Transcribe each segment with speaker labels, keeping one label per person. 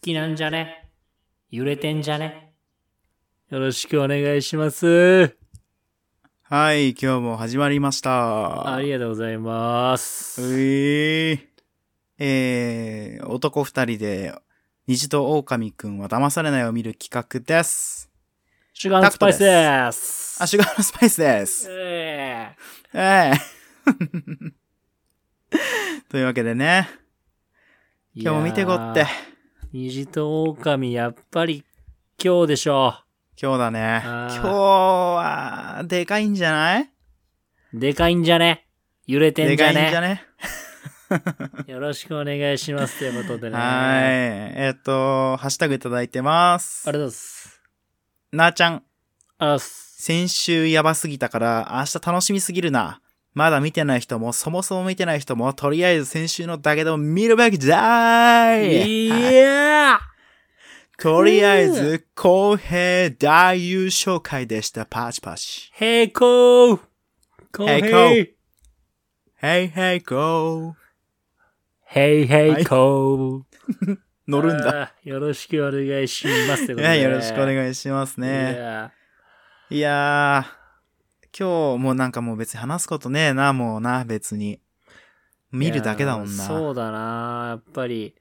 Speaker 1: きなんじゃね揺れてんじゃねよろしくお願いします。
Speaker 2: はい、今日も始まりました。
Speaker 1: ありがとうございます。
Speaker 2: うえー、えー、男二人で、虹と狼くんは騙されないを見る企画です。
Speaker 1: シュガースパイスです。
Speaker 2: あ、シュガーのスパイスです。
Speaker 1: え
Speaker 2: ええ というわけでね、
Speaker 1: え
Speaker 2: 今日も見てこっ。
Speaker 1: い
Speaker 2: て
Speaker 1: や。ー虹と狼、やっぱり今日でしょ
Speaker 2: 今日だね。
Speaker 1: あー。
Speaker 2: 今日は、でかいんじゃないう
Speaker 1: でかいんじゃね揺れて
Speaker 2: で
Speaker 1: んじ
Speaker 2: かい
Speaker 1: ゃ
Speaker 2: んじ
Speaker 1: ね
Speaker 2: ゃね
Speaker 1: よろしくお願いします。ということでね。
Speaker 2: はーい
Speaker 1: あり。
Speaker 2: えっと、ハッシュタグいただいてます
Speaker 1: がと。うございます。
Speaker 2: なあちゃん。
Speaker 1: ありがとうございます。
Speaker 2: 先週やばすぎたから明日楽しみすぎるな。まだ見てない人もそもそも見てない人もとりあえず先週のだけでも見るべきだい
Speaker 1: いやー
Speaker 2: とりあえず公平大優勝会でしたパチパチ。
Speaker 1: 平行公
Speaker 2: 平
Speaker 1: 平
Speaker 2: 行ヘイヘイゴー。
Speaker 1: 平平行
Speaker 2: 乗るんだ。
Speaker 1: だ。よろしくお願いします。ということ
Speaker 2: い
Speaker 1: で
Speaker 2: やよろしくお願いします
Speaker 1: い
Speaker 2: ね。
Speaker 1: や
Speaker 2: いやー、今日もうなんかもう別に話すことねえな、もうな、別に。見るだけだもん
Speaker 1: いや
Speaker 2: な。
Speaker 1: そうだな。やっぱり。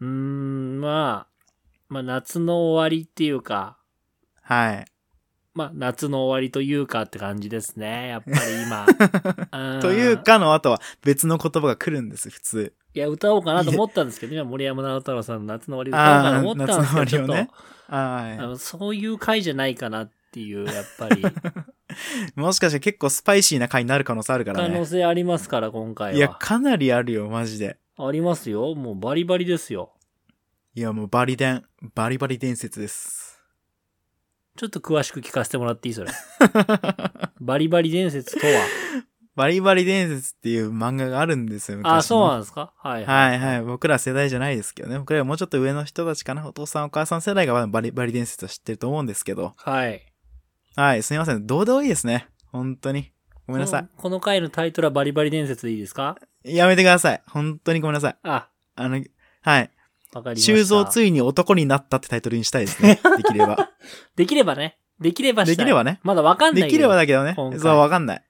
Speaker 1: うーん、まあ、まあ、夏の終わりっていうか、
Speaker 2: はい。
Speaker 1: まあ、夏の終わりというかって感じですね。やっぱり 今。うん
Speaker 2: という。かの後は別の言葉が来るんです、普通。
Speaker 1: いや、歌おうかなと思ったんですけど、今、森山直太朗さんの夏の終わり歌おうか
Speaker 2: あ
Speaker 1: な
Speaker 2: あ
Speaker 1: と思ったんですけど、ちょっと、
Speaker 2: 夏の終わりをね
Speaker 1: あ
Speaker 2: は
Speaker 1: のそういう回じゃないかなっていう、やっぱ り。
Speaker 2: い。もしかして結構スパイシーな回になる可能性あるから
Speaker 1: 可能
Speaker 2: ね。
Speaker 1: 性ありますから、今回
Speaker 2: いや、
Speaker 1: は。
Speaker 2: かなりあるよ、マジで。
Speaker 1: ありますよ。もうバリバリですよ。
Speaker 2: いや、もうバリデン、バリバリ伝説です。
Speaker 1: ちょっと詳しく聞かせてもらっていいそれ。 バリバリ伝説と
Speaker 2: バリバリ伝説っていう漫画があるんですよ、昔の
Speaker 1: は。あ、そうなんですかはいはい。
Speaker 2: はいはい。僕ら世代じゃないですけどね。僕らよりもうちょっと上の人たちかな。お父さんお母さん世代がバリバリ伝説は知ってると思うんですけど。
Speaker 1: はい。
Speaker 2: はい、すみません。どうでもいいですね。本当に。
Speaker 1: ご
Speaker 2: ごめんなさ。
Speaker 1: この回のタイトルはバリバリ伝説でいいですか
Speaker 2: い。やめてください。本当にごめんなさい。
Speaker 1: あ、
Speaker 2: あの、はい。
Speaker 1: わかりました。
Speaker 2: 修造ついに男になったってタイトルにしたいで すね。できれば。
Speaker 1: できればね。できればしたい
Speaker 2: できればね
Speaker 1: まだわかんない
Speaker 2: で
Speaker 1: けど。
Speaker 2: きればだけどね。
Speaker 1: 今回
Speaker 2: そう、わかんない。
Speaker 1: なる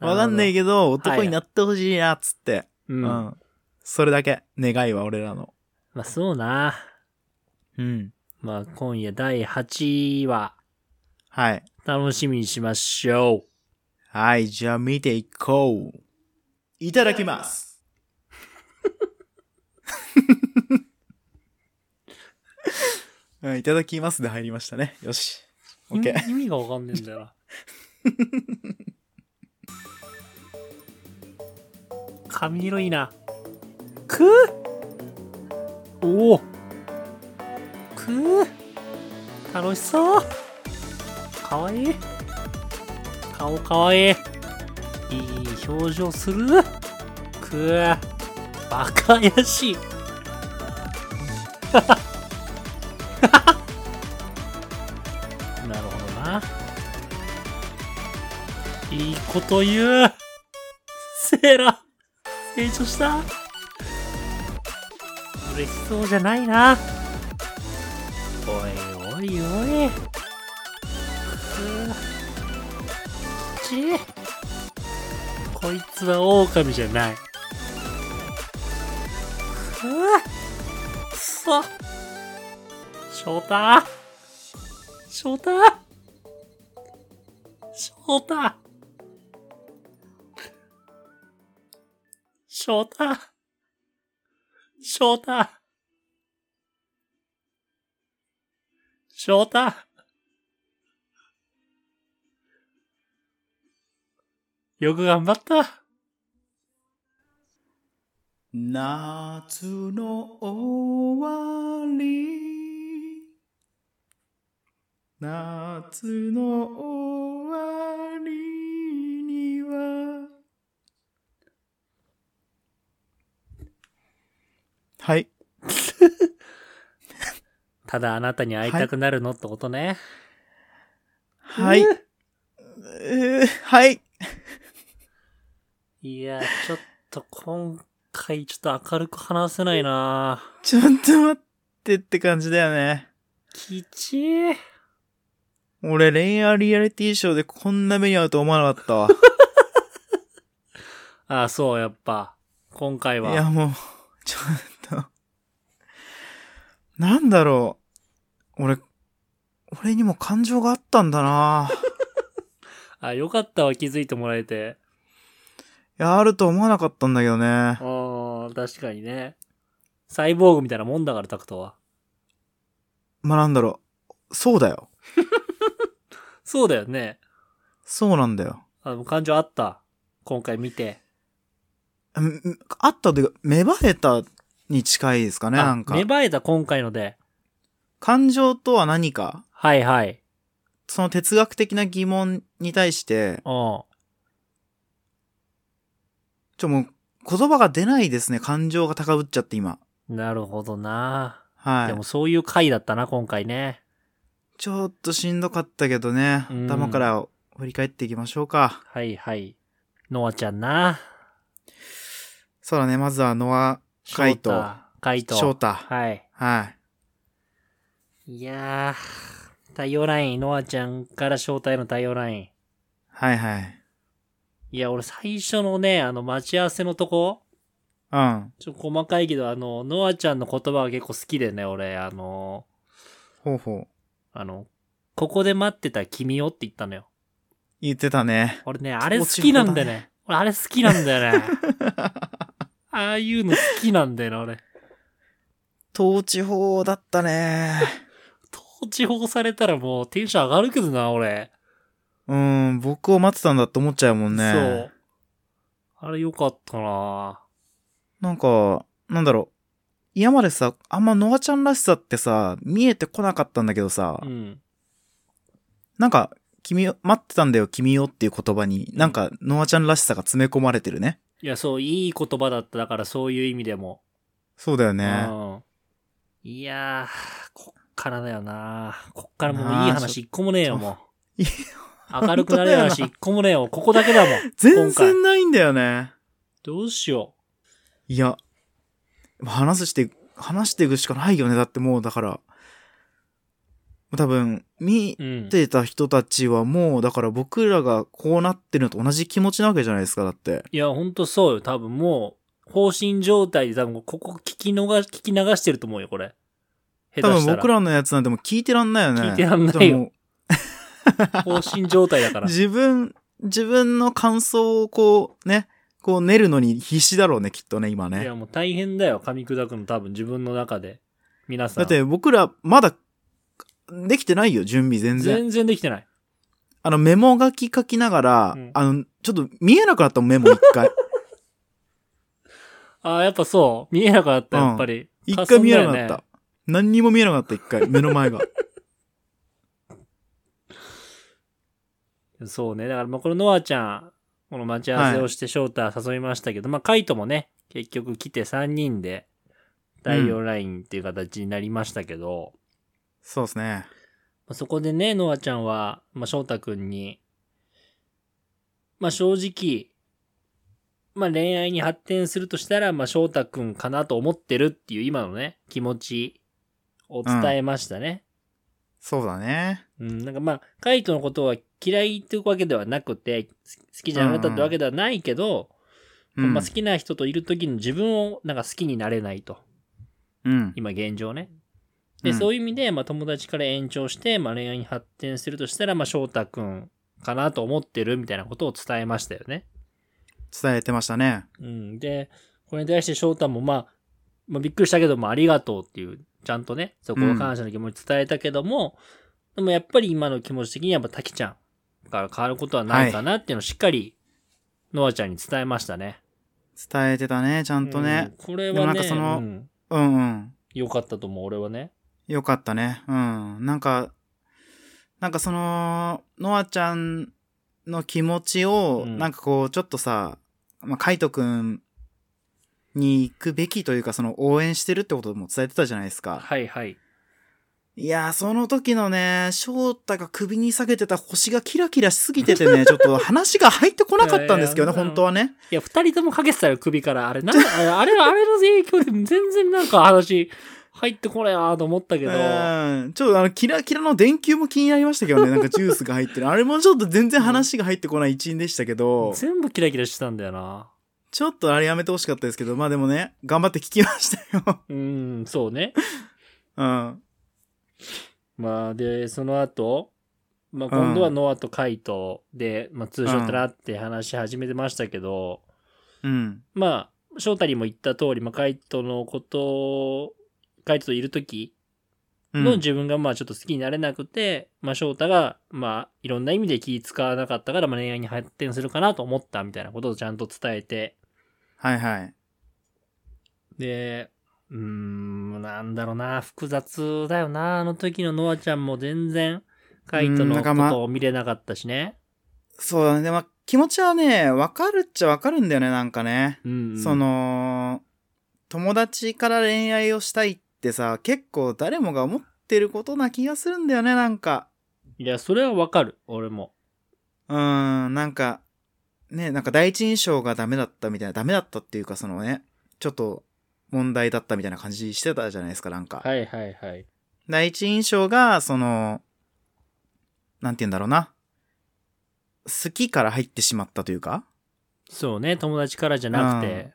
Speaker 1: ほど
Speaker 2: わかんないけど、男になってほしいな、つって、
Speaker 1: うん。
Speaker 2: う
Speaker 1: ま
Speaker 2: ん。それだけ、願いは俺らの。
Speaker 1: あそうな。
Speaker 2: うん。
Speaker 1: まあ今夜第8話、
Speaker 2: はい。
Speaker 1: 楽しみにしましょう。
Speaker 2: はい、じゃあ見ていこう。いただき ます。うんいただきますで入りましたね。よし。オッケ
Speaker 1: 意
Speaker 2: ー。
Speaker 1: 味意味がわかんねえんだよな。髪色いいな。くおおく楽しそうかわいい顔かわいいいい表情するくバカ怪しいなるほどな。いいこと言う。セーラ、成長した。嬉しそうじゃないな。おいおいおい。くーちっこいつは狼じゃない。くーくそ。翔太翔太翔太翔太翔太翔太よく頑張った
Speaker 2: 夏の終わり夏の終わりにははい
Speaker 1: ただあなたに会いたくなるのってことね。
Speaker 2: はい、えーはい
Speaker 1: いや、ちょっと今回ちょっと明るく話せないな
Speaker 2: ちょっと待っってって感じだよね。
Speaker 1: きちー。
Speaker 2: 俺、恋愛リアリティショーでこんな目に遭うと思わなかったわ。
Speaker 1: ああ、そう、やっぱ。今回
Speaker 2: いや、
Speaker 1: は。
Speaker 2: もう、ちょっと、なんだろう。俺、俺にも感情があったんだな
Speaker 1: あよかったわ、気づいてもらえて。
Speaker 2: いや、あると思わなかったんだけどね。
Speaker 1: ああ、確かにね。サイボーグみたいなもんだから、タクトは。
Speaker 2: まあ、なんだろう。そうだよ。
Speaker 1: そうだよね。
Speaker 2: そうなんだよ。
Speaker 1: あの、感情あった。今回見て。
Speaker 2: うんうんあったというか、芽生えたに近いですかね、
Speaker 1: あ
Speaker 2: なんか
Speaker 1: 芽。生えた、今回ので。
Speaker 2: 感情とは何か
Speaker 1: はいはい。
Speaker 2: その哲学的な疑問に対して、
Speaker 1: うん。
Speaker 2: ちょ、もう、言葉が出ないですね。感情が高ぶっちゃって今。
Speaker 1: なるほどな。
Speaker 2: はい。
Speaker 1: でもそういう回だったな、今回ね。
Speaker 2: ちょっとしんどかったけどね、
Speaker 1: うん
Speaker 2: 頭から振り返っていきましょうか。
Speaker 1: はいはい。ノアちゃんな。
Speaker 2: そうだね、まずはノア、カイト
Speaker 1: 翔太。カイト。
Speaker 2: 翔太
Speaker 1: はい。
Speaker 2: はい。
Speaker 1: いやー、太陽ライン、ノアちゃんから翔太への太陽ライン。
Speaker 2: はいはい。
Speaker 1: いや、俺最初のね、あの、待ち合わせのとこ、
Speaker 2: うん。
Speaker 1: ちょっと細かいけど、あの、ノアちゃんの言葉が結構好きでね、俺、あの、
Speaker 2: ほうほう。
Speaker 1: あの、ここで待ってた君をって言ったのよ。
Speaker 2: 言ってたね。
Speaker 1: 俺ね、あれ好きなんだよね。俺、あれ好きなんだよね。 ああいうの好きなんだよね、俺。
Speaker 2: 統治法だったね。
Speaker 1: 統治法されたらもうテンション上がるけどな、俺。
Speaker 2: うん、僕を待ってたんだって思っちゃうもんね。
Speaker 1: そう。あれよかったな
Speaker 2: なんか、なんだろう。今までさ、あんまノアちゃんらしさってさ、見えてこなかったんだけどさ、
Speaker 1: うん。
Speaker 2: なんか、君を、待ってたんだよ、君よっていう言葉に、なんか、ノアちゃんらしさが詰め込まれてるね。
Speaker 1: いや、そう、いい言葉だった。だから、そういう意味でも。
Speaker 2: そうだよ
Speaker 1: う
Speaker 2: ね。
Speaker 1: ん。いやー、こっからだよなこっからもう
Speaker 2: なあ
Speaker 1: いい話一個もねえよ、
Speaker 2: ちょ
Speaker 1: もう
Speaker 2: いや。
Speaker 1: 明るくなれる話一個もねえよ。ここだけだもん。
Speaker 2: 全
Speaker 1: 今回
Speaker 2: 然ないんだよね。
Speaker 1: どうしよ
Speaker 2: いや、話して、話していくしかないよね。だってもう、だから、多分、見
Speaker 1: う。うん。
Speaker 2: てた人たちはもう、だから僕らがこうなってるのと同じ気持ちなわけじゃないですか、だって。
Speaker 1: いや、ほんとそうよ。多分もう、放心状態で多分、ここ聞き逃し、聞き流してると思うよ、これ。下
Speaker 2: 多
Speaker 1: 手し
Speaker 2: 分
Speaker 1: たら。
Speaker 2: 僕らのやつなんてもう聞いてらんないよね。
Speaker 1: 聞いてらんないよ
Speaker 2: でも
Speaker 1: 放心状態だ から。
Speaker 2: 自分、自分の感想をこう、ね、こう練るのに必死だろうね、きっとね、今
Speaker 1: い
Speaker 2: ね。
Speaker 1: や、もう大変だよ。噛み砕くの多分自分の中で。皆さん。
Speaker 2: だって僕ら、まだ、できてないよ、準備全然。
Speaker 1: 全然できてない。
Speaker 2: あの、メモ書き書きながら、
Speaker 1: うん
Speaker 2: あの、ちょっと見えなくなったもん、メモ一 回。
Speaker 1: ああ、やっぱそう。見えなかった、
Speaker 2: うん
Speaker 1: やっぱり。
Speaker 2: 一回見えな
Speaker 1: か
Speaker 2: く
Speaker 1: す
Speaker 2: なん
Speaker 1: だ
Speaker 2: った。
Speaker 1: よね
Speaker 2: 何にも見えなくなった、一回。目の 前が。
Speaker 1: そうね。だから、まあ、このノアちゃん、この待ち合わせをして翔太誘いましたけど、まあ、カイトもね、結局来て3人で、第4ラインっていう形になりましたけど、
Speaker 2: そうですね。
Speaker 1: まあそこでね、ノアちゃんは、まあ、翔太くんに、まあ、正直、まあ、恋愛に発展するとしたら、まあ、翔太くんかなと思ってるっていう今のね、気持ちを伝えましたね。
Speaker 2: そうだね。
Speaker 1: うん、なんかまあ、カイトのことは嫌いってわけではなくて、好好きじゃなかったってわけではないけど、
Speaker 2: うん。
Speaker 1: まあ、好きな人といる時の自分をなんか好きになれないと。
Speaker 2: うん。
Speaker 1: 今現状ね。で、
Speaker 2: うん
Speaker 1: そういう意味で、まあ、友達から延長して、まあ、恋愛に発展するとしたら、まあ、翔太くんかなと思ってるみたいなことを伝えましたよね。
Speaker 2: 伝えてましたね。
Speaker 1: うん。で、これに対して翔太も、まあ、まあ、びっくりしたけども、ありがとうっていう、ちゃんとね、そこは感謝の気持ち伝えたけども、でもやっぱり今の気持ち的には、やっぱ滝ちゃんから変わることはないかなっていうのをしっかり、ノアちゃんに伝えましたね。
Speaker 2: 伝えてたね、ちゃんとね。
Speaker 1: うんこれ
Speaker 2: でも
Speaker 1: は
Speaker 2: なん
Speaker 1: ね、
Speaker 2: かその
Speaker 1: うん
Speaker 2: うん、うん。
Speaker 1: 良かったと思う、俺はね。
Speaker 2: よかったね。うん。なんか、なんかその、ノアちゃんの気持ちを、
Speaker 1: うん
Speaker 2: なんかこう、ちょっとさ、まあ、カイトくんに行くべきというか、その応援してるってことも伝えてたじゃないですか。
Speaker 1: はいはい。
Speaker 2: いやー、その時のね、翔太が首に下げてた星がキラキラしすぎててね、ちょ っと話が入ってこなかったんですけどね、
Speaker 1: いやいや
Speaker 2: 本当はね。
Speaker 1: いや、 二人ともかけてたよ、首から。あれ、なんか、あれ、あれの影響で全然なんか話、入ってこないなと思ったけど、
Speaker 2: うん。ちょっとあの、キラキラの電球も気になりましたけどね。なんかジュースが入ってる。あれもちょっと全然話が入ってこない一因でしたけど、
Speaker 1: 全部キラキラしてたんだよな。
Speaker 2: ちょっとあれやめてほしかったですけど、まあでもね、頑張って聞きましたよ。
Speaker 1: うん、そうね。
Speaker 2: うん。
Speaker 1: まあ、で、その後、まあ、今度はノアとカイトで、まあ、ツーショットだって話し始めてましたけど、
Speaker 2: うん。
Speaker 1: まあ、翔太にも言った通り、まあ、カイトのことを、カイトといる時
Speaker 2: うん
Speaker 1: の自分がまあちょっと好きになれなくて、まあ翔太がまあいろんな意味で気使わなかったからまあ恋愛に発展するかなと思ったみたいなことをちゃんと伝えて、
Speaker 2: はいはい。
Speaker 1: で、うーん、なんだろうな、複雑だよな、あの時のノアちゃんも全然カイト
Speaker 2: うん
Speaker 1: の
Speaker 2: なん
Speaker 1: こ
Speaker 2: かまあ
Speaker 1: とを見れなかったしね。
Speaker 2: そうだね。でも、気持ちはね、わかるっちゃわかるんだよね、なんかね。
Speaker 1: うんうん
Speaker 2: そ、の、友達から恋愛をしたいってさ、結構誰もが思ってることな気がするんだよね、なんか。
Speaker 1: いや、それはわかる、俺も。
Speaker 2: うーん、なんか、ね、なんか第一印象がダメだったみたいな、ダメだったっていうかそのね、ちょっと問題だったみたいな感じしてたじゃないですか、なんか。
Speaker 1: はいはいはい。
Speaker 2: 第一印象が、その、なんて言うんだろうな。好きから入ってしまったというか
Speaker 1: そうね、友達からじゃなくて。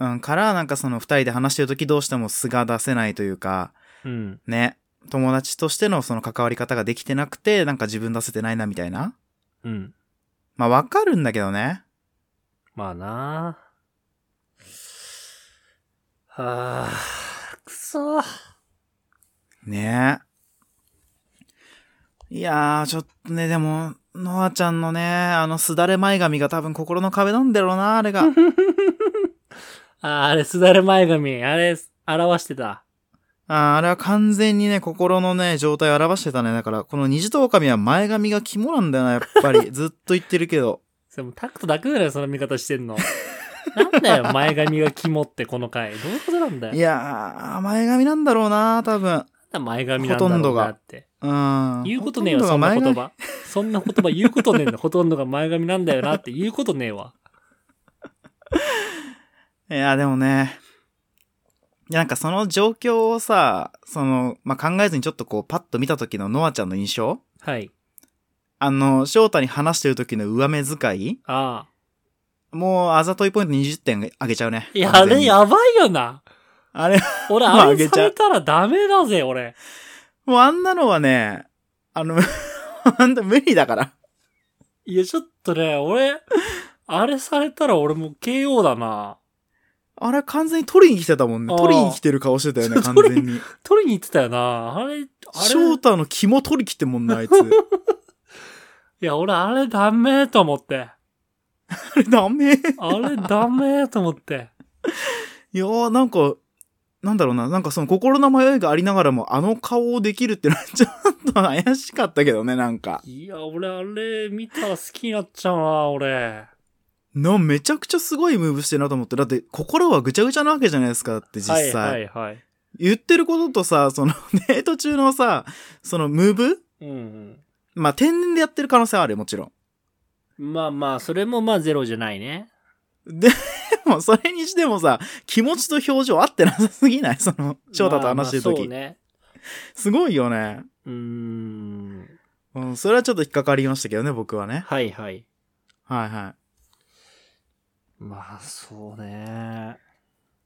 Speaker 2: うん、から、なんかその二人で話してる時どうしても素が出せないというか、
Speaker 1: うん。
Speaker 2: ね、友達としてのその関わり方ができてなくて、なんか自分出せてないなみたいな。
Speaker 1: うん。
Speaker 2: まあわかるんだけどね。
Speaker 1: まあなあ。はあ、くそ。
Speaker 2: ねいやー、ちょっとね、でも、ノアちゃんのね、あのすだれ前髪が多分心の壁なんだろうな、あれが。
Speaker 1: ああれ、すだれ前髪。あれ、表してた。
Speaker 2: あーあれは完全にね、心のね、状態を表してたね。だから、この虹と狼は前髪が肝なんだよな、やっ ぱり。ずっと言ってるけど。
Speaker 1: それもうタクトだけだよ、その見方してん の。なんだよ、前髪が肝って、この回。どういうことなんだよ。
Speaker 2: いやー、前髪なんだろうな、多分。
Speaker 1: なんだ前髪なんだ
Speaker 2: ほとん
Speaker 1: ろ
Speaker 2: ど
Speaker 1: う
Speaker 2: が
Speaker 1: なって。
Speaker 2: うん。
Speaker 1: 言うことねえわ、
Speaker 2: ほ
Speaker 1: そ
Speaker 2: と
Speaker 1: ん
Speaker 2: ど
Speaker 1: な
Speaker 2: が前
Speaker 1: 言
Speaker 2: 髪。
Speaker 1: 葉。そんな言葉言うことねえんだよ。ほとんどが前髪なんだよなって言うことねえわ。
Speaker 2: いや、でもね。いやなんかその状況をさ、その、まあ、考えずにちょっとこう、パッと見た時のノアちゃんの印象
Speaker 1: はい。
Speaker 2: あの、翔太に話してる時の上目遣い
Speaker 1: ああ。
Speaker 2: もう、あざといポイント20点あげちゃうね。
Speaker 1: いや、あ
Speaker 2: 完全
Speaker 1: れ
Speaker 2: に
Speaker 1: やばいよな。
Speaker 2: あれ、
Speaker 1: 俺、
Speaker 2: まあ
Speaker 1: あ
Speaker 2: あ
Speaker 1: れ
Speaker 2: げ
Speaker 1: さ
Speaker 2: ちゃう
Speaker 1: れたらダメだぜ、俺。
Speaker 2: もうあんなのはね、あの、 あんた無理だから。
Speaker 1: いや、ちょっとね、俺、あれされたら俺もう KO だな。
Speaker 2: あれ完全に取りに来てたもんね
Speaker 1: あ。ー
Speaker 2: 取りに来てる顔してたよね、
Speaker 1: そう
Speaker 2: 完
Speaker 1: 取り
Speaker 2: 全に。
Speaker 1: 取りに行ってたよな。あれ、あれ
Speaker 2: 翔、太の肝取り来てんもんな、あ いつ。
Speaker 1: いや、俺、あれダメと思って。
Speaker 2: あれダメ。い
Speaker 1: あれダメと思って。
Speaker 2: やー、なんか、なんだろうな、なんかその心の迷いがありながらも、あの顔をできるってのはちょっと 怪しかったけどね、なんか。
Speaker 1: いや、俺、あれ見たら好きになっちゃうな、俺。
Speaker 2: な、めちゃくちゃすごいムーブしてるなと思って。だって、心はぐちゃぐちゃなわけじゃないですか、だって実際。
Speaker 1: はいはいはい。
Speaker 2: 言ってることとさ、その デート中のさ、そのムーブ
Speaker 1: うん、
Speaker 2: まあ、天然でやってる可能性はあるよ、もちろん。
Speaker 1: うん。まあまあ、それもまあゼロじゃないね。
Speaker 2: でも、それにしてもさ、気持ちと表情合ってなさすぎないその、翔太と話してる
Speaker 1: まあまあ
Speaker 2: 時、
Speaker 1: そうね。
Speaker 2: すごいよね。
Speaker 1: うーん。
Speaker 2: うん、それはちょっと引っかかりましたけどね、僕はね。
Speaker 1: はいはい。
Speaker 2: はいはい。
Speaker 1: まあ、そうね。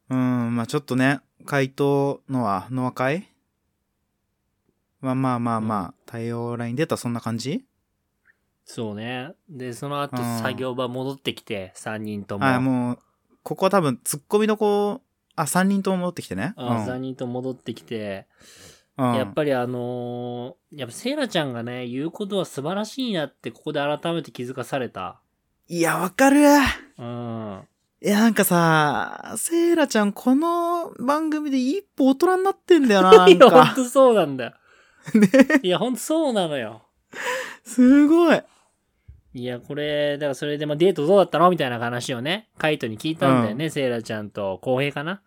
Speaker 2: うん、まあちょっとね、回答のは、の和解まあまあまあまあ、対応ライン出たらそんな感じ
Speaker 1: そうね。で、その後
Speaker 2: うん
Speaker 1: 作業場戻ってきて、3人とも。
Speaker 2: はい、もう、ここは多分、ツッコミの子、あ、3人とも戻ってきてね。
Speaker 1: あ
Speaker 2: うん
Speaker 1: 3人とも戻ってきて、
Speaker 2: うん
Speaker 1: やっぱりあのーやっぱセイラちゃんがね、言うことは素晴らしいなって、ここで改めて気づかされた。
Speaker 2: いや、わかるい
Speaker 1: うん。
Speaker 2: や、なんかさ、セイラちゃん、この番組で一歩大人になってんだよな、 ないん
Speaker 1: や、ほん
Speaker 2: か。
Speaker 1: とそうなんだよ。
Speaker 2: ね。
Speaker 1: いや、ほんとそうなのよ。
Speaker 2: すごい。
Speaker 1: いや、これ、だからそれで、まあ、デートどうだったのみたいな話をね、カイトに聞いたんだよね、セイラちゃんと浩平かな。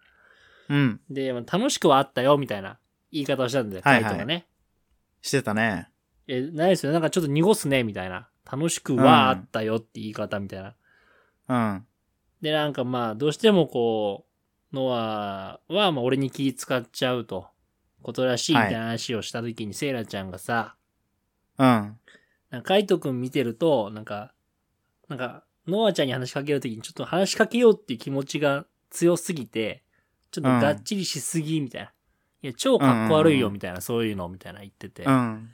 Speaker 2: うん。
Speaker 1: で、まあ楽しくはあったよ、みたいな言い方をしたんだよ、
Speaker 2: は
Speaker 1: カ
Speaker 2: い
Speaker 1: イ
Speaker 2: はい
Speaker 1: トがね。
Speaker 2: してたね。
Speaker 1: え、ないですよ。なんかちょっと濁すね、みたいな。楽しくはあったよって言い方みたいな。
Speaker 2: うん。
Speaker 1: で、なんかまあ、どうしてもこう、ノアは、まあ、俺に気使っちゃうと。ことらしいみたいな話をした時に、セイラちゃんがさ、
Speaker 2: うん。
Speaker 1: なんかカイトくん見てると、なんか、なんか、ノアちゃんに話しかけるときに、ちょっと話しかけようっていう気持ちが強すぎて、ちょっとがっちりしすぎ、みたいな。いや、超かっこ悪いよ、みたいな、そういうの、みたいな言ってて。
Speaker 2: うん。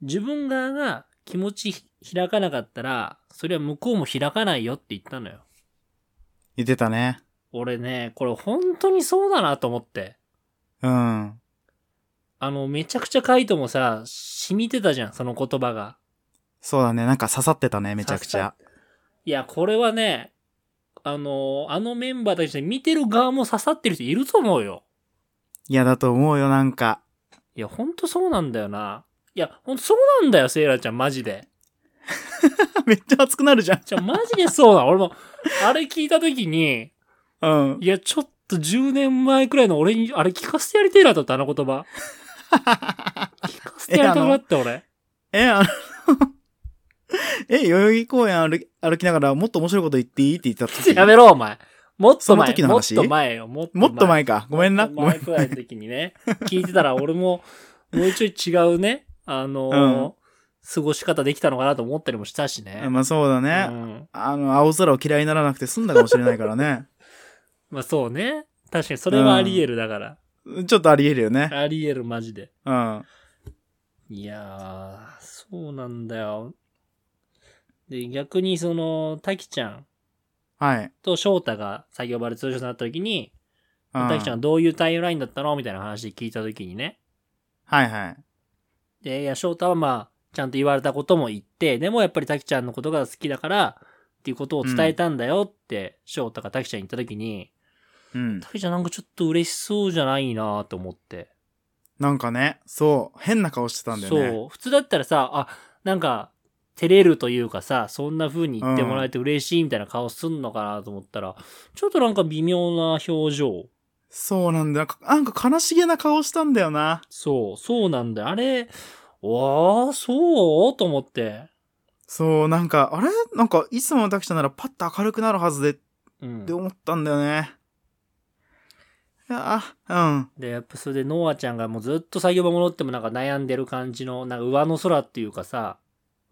Speaker 1: 自分側が気持ち開かなかったら、それは向こうも開かないよって言ったのよ。
Speaker 2: 言ってたね。
Speaker 1: 俺ね、これ本当にそうだなと思って。
Speaker 2: うん。
Speaker 1: あの、めちゃくちゃカイトもさ、染みてたじゃん、その言葉が。
Speaker 2: そうだね。なんか刺さってたね、めちゃくちゃ。
Speaker 1: いや、これはね、あの、あのメンバーたちで見てる側も刺さってる人いると思うよ。
Speaker 2: いやだと思うよ、なんか。
Speaker 1: いや、ほんとそうなんだよな。いや、ほんとそうなんだよ、セイラちゃん、マジで。
Speaker 2: めっちゃ熱くなるじゃん。
Speaker 1: じゃあ、マジでそうだ。俺も、あれ聞いたときに、
Speaker 2: うん。
Speaker 1: いや、ちょっと10年前くらいの俺に、あれ聞かせてやりてえなと思った、あの言 葉。聞かせてやりたくなって、俺。
Speaker 2: え、あの、え、代々木公園歩き歩きながらもっと面白いこと言っていいって言った時
Speaker 1: やめろ、お前。もっと
Speaker 2: その
Speaker 1: 前。
Speaker 2: 時の
Speaker 1: もっ
Speaker 2: 話
Speaker 1: と前よ、もっと
Speaker 2: もっと前か。ごめんな。ごめ
Speaker 1: 前
Speaker 2: ん。
Speaker 1: くらいの時にね、聞いてたら俺も、もうちょい違うね、あのー
Speaker 2: うん
Speaker 1: 過ごし方できたのかなと思ったりもしたしね。
Speaker 2: まあそうだね。
Speaker 1: うん。
Speaker 2: あの、青空を嫌いにならなくて済んだかもしれないからね。
Speaker 1: まあそうね。確かにそれはあり得るだから。
Speaker 2: ちょっとあり得るよね。
Speaker 1: あり得る、マジで。
Speaker 2: うん。
Speaker 1: いやー、そうなんだよ。で、逆にその、滝ちゃん
Speaker 2: はい。
Speaker 1: と翔太が作業場で通常になった時に、
Speaker 2: うん
Speaker 1: 滝ちゃんはどういうタイムラインだったのみたいな話で聞いた時にね。
Speaker 2: はいはい。
Speaker 1: で、いや、翔太はまあ、ちゃんと言われたことも言って、でもやっぱり滝ちゃんのことが好きだから、っていうことを伝えたんだよって、翔太が滝ちゃんに言った時に、
Speaker 2: うん。
Speaker 1: 滝ちゃんなんかちょっと嬉しそうじゃないなと思って。
Speaker 2: なんかね、そう、変な顔してたんだよね。
Speaker 1: そう。普通だったらさ、あ、なんか、照れるというかさ、そんな風に言ってもらえて嬉しいみたいな顔すんのかなと思ったら、ちょっとなんか微妙な表情。
Speaker 2: そうなんだよ。なんかなんか悲しげな顔したんだよな。
Speaker 1: そう、そうなんだよ。あれ、わあ、そうと思って。
Speaker 2: そう、なんか、あれなんか、いつものタクちゃんならパッと明るくなるはずでっ
Speaker 1: うん
Speaker 2: て。思ったんだよね。いやあ、
Speaker 1: で、やっぱそれでノアちゃんがもうずっと作業場戻ってもなんか悩んでる感じの、なんか上の空っていうかさ、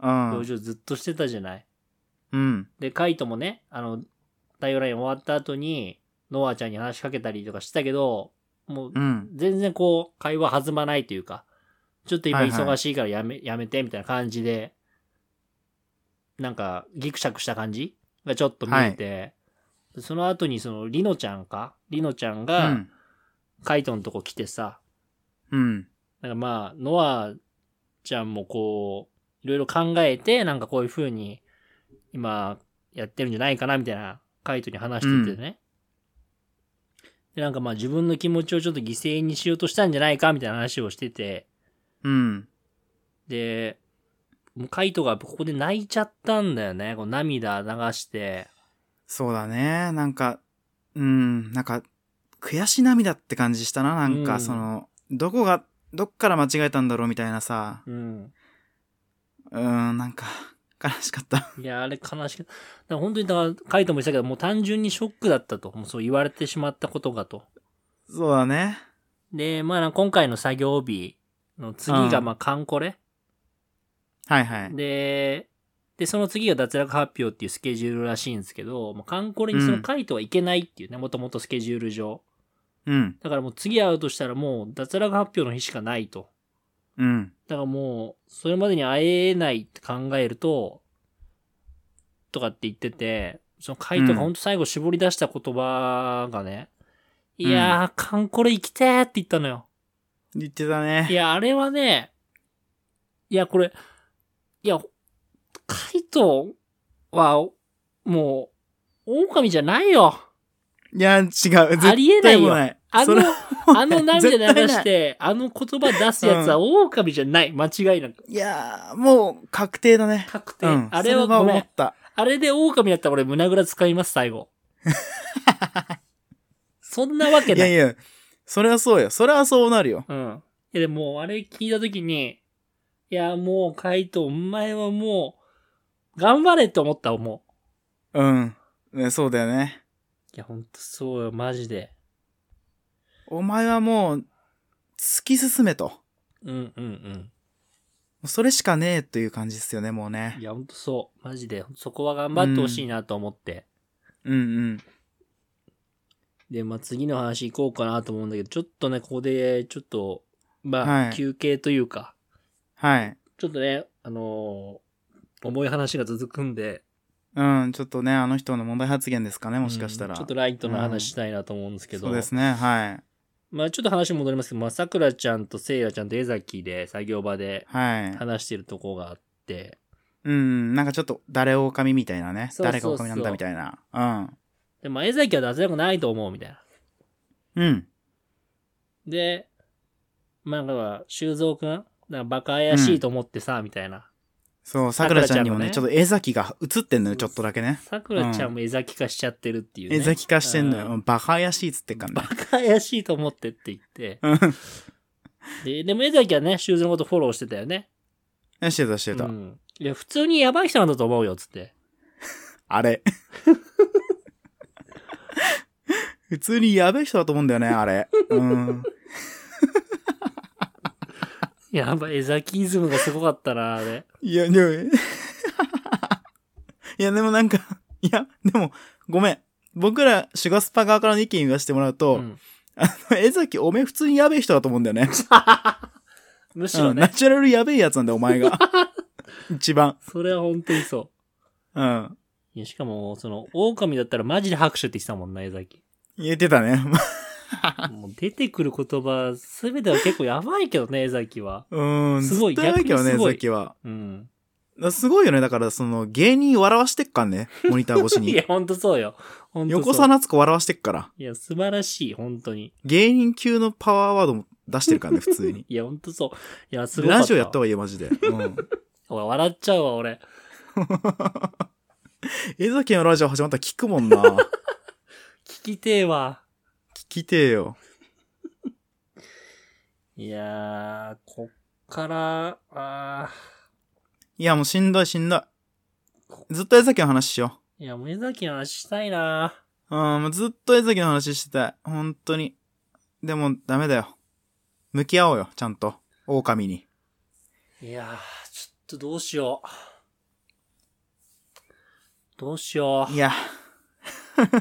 Speaker 2: うん、う
Speaker 1: 表
Speaker 2: ん。
Speaker 1: 情ずっとしてたじゃない。
Speaker 2: うん。
Speaker 1: で、カイトもね、あの、太陽ライン終わった後に、ノアちゃんに話しかけたりとかしたけど、もう
Speaker 2: うん。
Speaker 1: 全然こう、会話弾まないというか、ちょっと今
Speaker 2: はいはい
Speaker 1: 忙しいからやめ、やめてみたいな感じで、なんかギクシャクした感じがちょっと見えて、その後にそのリノちゃんかリノちゃん
Speaker 2: う
Speaker 1: が
Speaker 2: ん。
Speaker 1: カイトのとこ来てさ、
Speaker 2: うん。
Speaker 1: なんかまあ、ノアちゃんもこう、いろいろ考えて、なんかこういう風に今やってるんじゃないかなみたいなカイトに話しててね。で、なんかまあ自分の気持ちをちょっと犠牲にしようとしたんじゃないかみたいな話をしてて、
Speaker 2: うん。
Speaker 1: で、もうカイトがここで泣いちゃったんだよね。こう涙流して。
Speaker 2: そうだね。なんか、うん、なんか、悔し涙って感じしたな。なん
Speaker 1: う
Speaker 2: か、
Speaker 1: ん
Speaker 2: その、どこが、どっから間違えたんだろうみたいなさ。
Speaker 1: うん。
Speaker 2: うん、なんか、悲しかった。
Speaker 1: いや、あれ悲しく。だから本当にだから、カイトも言ってたけど、もう単純にショックだったと。もうそう言われてしまったことがと。
Speaker 2: そうだね。
Speaker 1: で、まあな今回の作業日の次が、
Speaker 2: うん
Speaker 1: まあ、カンコレ。
Speaker 2: はいはい。
Speaker 1: で、で、その次が脱落発表っていうスケジュールらしいんですけど、まあ、カンコレに
Speaker 2: うん
Speaker 1: そのカイトはいけないっていうね、もともとスケジュール上。
Speaker 2: うん。
Speaker 1: だからもう次会うとしたらもう脱落発表の日しかないと。
Speaker 2: うん。
Speaker 1: だからもう、それまでに会えないって考えると、とかって言ってて、その回答がほんと最後絞り出した言葉がね、
Speaker 2: うん
Speaker 1: いやー、カンコレ行きてーって言ったのよ。
Speaker 2: 言ってた
Speaker 1: い
Speaker 2: ね。
Speaker 1: や、あれはね、いや、これ、いや、回答は、もう、狼じゃないよ。
Speaker 2: いや、違う。
Speaker 1: ありえ
Speaker 2: 絶
Speaker 1: な
Speaker 2: 対
Speaker 1: い
Speaker 2: も
Speaker 1: よ
Speaker 2: う。ない。
Speaker 1: あ
Speaker 2: そ
Speaker 1: の
Speaker 2: れ、
Speaker 1: あの涙流
Speaker 2: 絶
Speaker 1: し
Speaker 2: 対
Speaker 1: て、あの言葉出すやつは狼じゃない。間違いなく。
Speaker 2: いやー、もう確定だね。
Speaker 1: 確定。
Speaker 2: うん。
Speaker 1: あれは
Speaker 2: そ
Speaker 1: ごめ
Speaker 2: 思
Speaker 1: ん
Speaker 2: っ。た。
Speaker 1: あれで狼だったら俺胸ぐら使います、最 後。そんなわけ
Speaker 2: い
Speaker 1: な
Speaker 2: や
Speaker 1: い。
Speaker 2: いや、それはそうよ。それはそうなるよ。
Speaker 1: うん。いやでも、あれ聞いたときに、いや、もう、カイト、お前はもう、頑張れって思った、もう。
Speaker 2: うん。ね、そうだよね。
Speaker 1: いや、ほんとそうよ、マジで。
Speaker 2: お前はもう、突き進めと。
Speaker 1: うんうんうん。
Speaker 2: もうそれしかねえという感じですよね、もうね
Speaker 1: い。や、ほんとそう。マジで。そこは頑張ってほしいなと思って。
Speaker 2: うんうん。
Speaker 1: で、まあ、次の話行こうかなと思うんだけど、ちょっとね、ここで、ちょっと、まあ、
Speaker 2: はい
Speaker 1: 休憩というか、
Speaker 2: はい。
Speaker 1: ちょっとね、あのー重い話が続くんで、
Speaker 2: うん、ちょっとね、あの人の問題発言ですかね、もしかしたら。
Speaker 1: うんちょっとライトな話したいなと思うんですけど、
Speaker 2: そうですね、はい。
Speaker 1: まあ、ちょっと話戻りますけど、まあ、さくらちゃんとせいらちゃんと江崎で作業場で
Speaker 2: はい。
Speaker 1: 話してるとこがあって、
Speaker 2: うん、なんかちょっと、誰狼みたいなね。
Speaker 1: そうそうそう
Speaker 2: 誰が狼なんだみたいな。うん。
Speaker 1: で、まあ、江崎は脱力ないと思う、みたいな。
Speaker 2: うん。
Speaker 1: で、まあ、だから、修造くんなんかバカ怪しいと思ってさ、みたいな。
Speaker 2: そう、さくらちゃんにもね、ち
Speaker 1: さ
Speaker 2: ょ
Speaker 1: く
Speaker 2: っと江崎が映ってんのよ、ちょっとだけね。
Speaker 1: さくらちゃんも江崎化しちゃってるっていうね。
Speaker 2: 江崎化してんのよ。
Speaker 1: うん
Speaker 2: うんバカ怪しいっつってっから
Speaker 1: バ
Speaker 2: ね。
Speaker 1: カ 怪しいと思ってって言って。
Speaker 2: うん。
Speaker 1: で、でも江崎はね、修造のことフォローしてたよね。
Speaker 2: してたしてた。
Speaker 1: うん。いや、普通にやばい人なんだと思うよ、つって。
Speaker 2: あれ。 普通にやべえ人だと思うんだよね、あれ。うん。
Speaker 1: やばい、江崎イズムがすごかったな、あれ。
Speaker 2: いや、でも、 いや、でもなんか、いや、でも、ごめん。僕ら、シュガスパ側からの意見言わせてもらうと、
Speaker 1: うん
Speaker 2: あの、江崎、おめえ普通にやべえ人だと思うんだよね。
Speaker 1: むし
Speaker 2: う
Speaker 1: ろ
Speaker 2: ん、ナ
Speaker 1: ね、
Speaker 2: チュラルやべえやつなんだよ、お前 が。一番。
Speaker 1: それは本当にそ
Speaker 2: うん。
Speaker 1: う。いや、しかも、その、狼だったらマジで拍手って言ってたもんな、江崎。
Speaker 2: 言えてたね。
Speaker 1: もう出てくる言葉、すべては結構やばいけどね、江崎は。
Speaker 2: うん。
Speaker 1: すごい
Speaker 2: ずっとやばいけどね、
Speaker 1: 逆にす
Speaker 2: 江
Speaker 1: ごい
Speaker 2: 崎は。
Speaker 1: うん。
Speaker 2: すごいよね。だから、その、芸人笑わしてっからね。モニター越し
Speaker 1: い
Speaker 2: に
Speaker 1: や、。ほんとそうよ。ほんとそう。
Speaker 2: 横澤夏子笑わしてっから。
Speaker 1: いや、素晴らしい、本当に。
Speaker 2: 芸人級のパワーワードも出して
Speaker 1: 。
Speaker 2: るからね、普通に
Speaker 1: いや、ほんとそう。いや、すごかった。
Speaker 2: ラジオやった方がいいよ、マジで。うん。
Speaker 1: おい笑っちゃうわ、俺。
Speaker 2: 江崎のラジオ始まったら聞くもんな。聞
Speaker 1: 聞きてえわ。
Speaker 2: きてえよ。
Speaker 1: いやー、こっから、あ
Speaker 2: いや、もうしんどいしんどい。ずっと江崎の話しよ
Speaker 1: ー。いや、もう江崎の話したいな
Speaker 2: う。うん、もうずっと江崎の話してたい。本当に。でも、ダメだよ。向き合おうよ、ちゃんと。狼に。
Speaker 1: いやー、ちょっとどうしよう。どうしよ
Speaker 2: いや。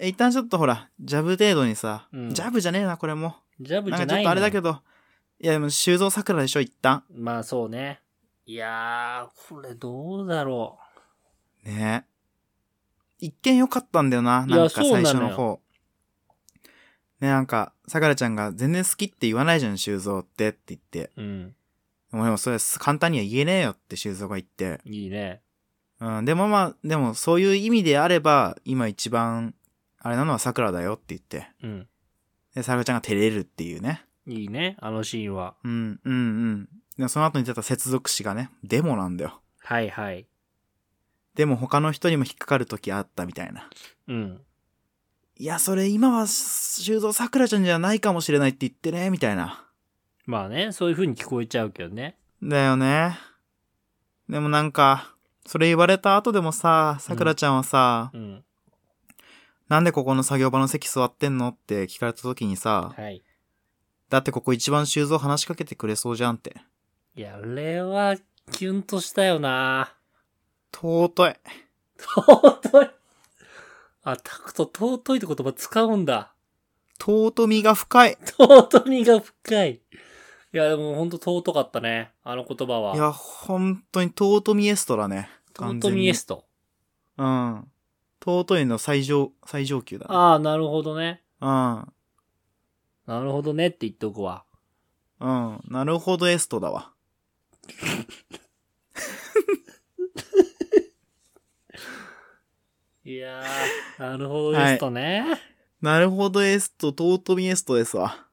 Speaker 2: 一旦ちょっとほら、ジャブ程度にさ、
Speaker 1: うん
Speaker 2: ジャブじゃねえな、これも。
Speaker 1: う。ジャブ
Speaker 2: な
Speaker 1: じ
Speaker 2: ん
Speaker 1: ゃ
Speaker 2: かち
Speaker 1: な
Speaker 2: ょっ
Speaker 1: い
Speaker 2: と
Speaker 1: の
Speaker 2: あれだけど、いやでも修造桜でしょ、一旦。
Speaker 1: まあそうね。いやー、これどうだろ
Speaker 2: ね一見良かったんだよな、
Speaker 1: いや
Speaker 2: なんか
Speaker 1: そう
Speaker 2: 最
Speaker 1: な
Speaker 2: 初
Speaker 1: のよ
Speaker 2: の方。ね、なんか、桜ちゃんが全然好きって言わないじゃん、修造ってって言って。
Speaker 1: う。うん。
Speaker 2: もうでもそれ簡単には言えねえよって修造が言って。
Speaker 1: いいね。
Speaker 2: うん、でもまあ、でもそういう意味であれば、今一番、あれなのは桜だよって言って。
Speaker 1: うん。
Speaker 2: で、さくらちゃんが照れるっていうね。
Speaker 1: いいね、あのシーンは。
Speaker 2: うん、うん、うん。で、その後に出た接続詞がね、でもなんだよ。
Speaker 1: はいはい。
Speaker 2: でも他の人にも引っかかる時あったみたいな。
Speaker 1: うん。
Speaker 2: いや、それ今は修造さくらちゃんじゃないかもしれないって言ってね、みたいな。
Speaker 1: まあね、そういう風に聞こえちゃうけどね。
Speaker 2: だよね。でもなんか、それ言われた後でもさ、さくらちゃんはさ、
Speaker 1: うん。
Speaker 2: なんでここの作業場の席座ってんのって聞かれた時にさ、
Speaker 1: はい。
Speaker 2: だってここ一番修造話しかけてくれそうじゃんって。
Speaker 1: いや、あれは、キュンとしたよな
Speaker 2: 尊い。
Speaker 1: 尊い。あ、タクト、尊いって言葉使うんだ。
Speaker 2: 尊みが深い。
Speaker 1: 尊みが深い。いや、でもほんと尊かったね。あの言葉は。
Speaker 2: いや、本当に尊みエストだね。完
Speaker 1: 尊
Speaker 2: 全に
Speaker 1: みエスト。
Speaker 2: うん。尊いの最上、最上級だね。
Speaker 1: ああ、なるほどね。
Speaker 2: うん。
Speaker 1: なるほどねって言っとくわ。
Speaker 2: うん。なるほどエストだわ。
Speaker 1: いやー、なるほどエストね。
Speaker 2: なるほどエスト、尊みエストですわ。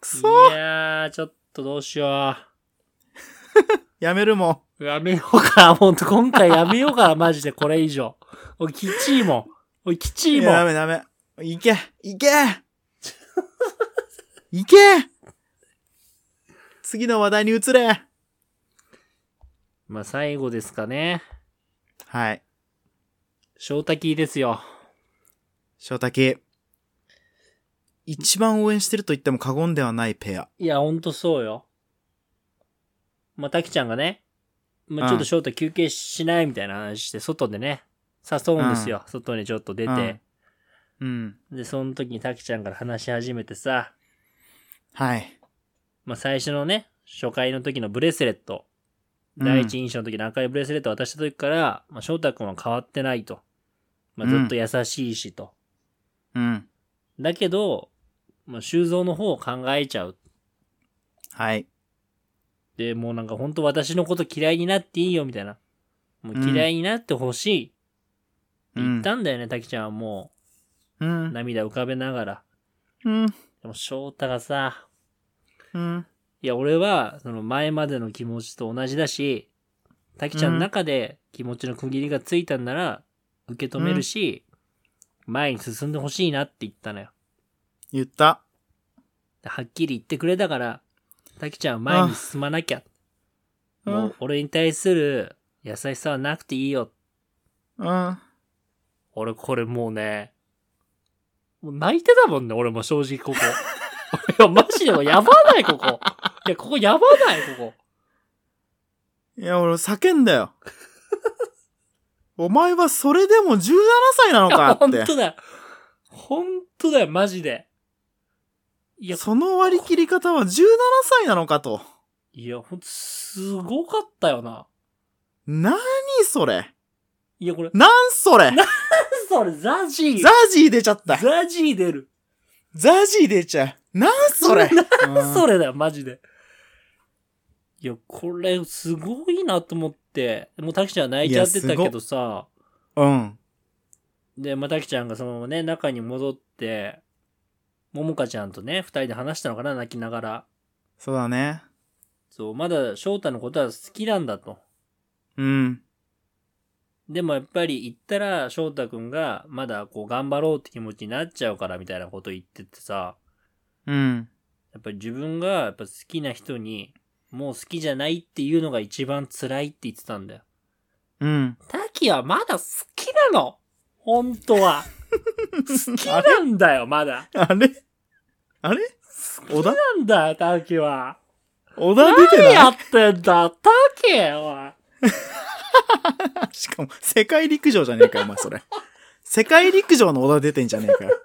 Speaker 2: くそ
Speaker 1: いやー、ちょっとどうしよ
Speaker 2: やめるもん。
Speaker 1: う。やめようか。ほんと、今回やめようか。マジで、これ以上。おい、きちいもん。おい、きちい
Speaker 2: い
Speaker 1: も
Speaker 2: やダ
Speaker 1: ん。
Speaker 2: メダメ。いけ いけいけ次の話題に移れ
Speaker 1: まあ、最後ですかね。
Speaker 2: はい。
Speaker 1: 翔太キーですよ。
Speaker 2: 翔太キ。一番応援してると言っても過言ではないペア。
Speaker 1: いや、ほんとそうよ。まあ、たきちゃんがね、まあ、
Speaker 2: うん
Speaker 1: ちょっと翔太休憩しないみたいな話して、外でね、誘うんですよ。外にちょっと出て。
Speaker 2: うん。
Speaker 1: で、その時にたきちゃんから話し始めてさ、
Speaker 2: はい。
Speaker 1: まあ、最初のね、初回の時のブレスレット、
Speaker 2: うん
Speaker 1: 第一印象の時の赤いブレスレット渡した時から、まあ、翔太くんは変わってないと。まあ、ずっと優しいしと。
Speaker 2: うん。
Speaker 1: だけど、まあ、修造の方を考えちゃう。
Speaker 2: はい。
Speaker 1: で、もうなんか本当私のこと嫌いになっていいよみたいな。もう嫌いになってほしい。
Speaker 2: う
Speaker 1: 言っ
Speaker 2: ん。
Speaker 1: たんだよね、たきちゃんはも
Speaker 2: う
Speaker 1: う、
Speaker 2: ん。
Speaker 1: 涙浮かべながら。
Speaker 2: うん。
Speaker 1: でも、翔太がさ、
Speaker 2: うん。
Speaker 1: いや、俺は、その前までの気持ちと同じだし、たきちゃんの中で気持ちの区切りがついたんなら、受け止めるし、前に進んでほしいなって言ったのよ。
Speaker 2: 言った。
Speaker 1: ではっきり言ってくれたから、たきちゃんは前に進まなきゃ。
Speaker 2: あ
Speaker 1: も
Speaker 2: うん
Speaker 1: う俺に対する優しさはなくていいよ。
Speaker 2: うん。
Speaker 1: 俺これもうね、もう泣いてたもんね、俺も正直こ こ。いや、マジでもうやばない、ここ。いや、ここやばない、ここ。
Speaker 2: いや、俺叫んだよ。お前はそれでも17歳な の
Speaker 1: いや、
Speaker 2: か
Speaker 1: ほ
Speaker 2: っ
Speaker 1: んと
Speaker 2: て。
Speaker 1: だよ。ほんとだよ、マジで。いや、
Speaker 2: その割り切り方は17歳なのかと。
Speaker 1: いや、ほんと、すごかったよな。
Speaker 2: なにそれ
Speaker 1: いや、これ、
Speaker 2: なんそれ
Speaker 1: なそれ、ザジー。
Speaker 2: ザジー出ちゃった
Speaker 1: ザジー出る。
Speaker 2: ザジー出ちゃうなん それなん
Speaker 1: それだよ、マジで。いや、これ、すごいなと思って、もう、たきちゃん泣いちゃってたけどさ、
Speaker 2: うん。
Speaker 1: で、まあ、たきちゃんがそのままね、中に戻って、ももかちゃんとね、二人で話したのかな、泣きながら。
Speaker 2: そうだね。
Speaker 1: そう、まだ翔太のことは好きなんだと。
Speaker 2: うん。
Speaker 1: でもやっぱり行ったら翔太くんがまだこう頑張ろうって気持ちになっちゃうからみたいなこと言っててさ、
Speaker 2: うん。
Speaker 1: やっぱり自分がやっぱ好きな人にもう好きじゃないっていうのが一番辛いって言ってたんだよ。
Speaker 2: うん。
Speaker 1: タキはまだ好きなの本当 は。好きなんだよ、まだ。
Speaker 2: あれあれ小田
Speaker 1: なんだよ、タキは。
Speaker 2: 小田出て
Speaker 1: 何や
Speaker 2: な
Speaker 1: ってんだ、タキは。
Speaker 2: いしかも、世界陸上じゃねえかよ、お前それ。世界陸上の小田出てんじゃねえかよ。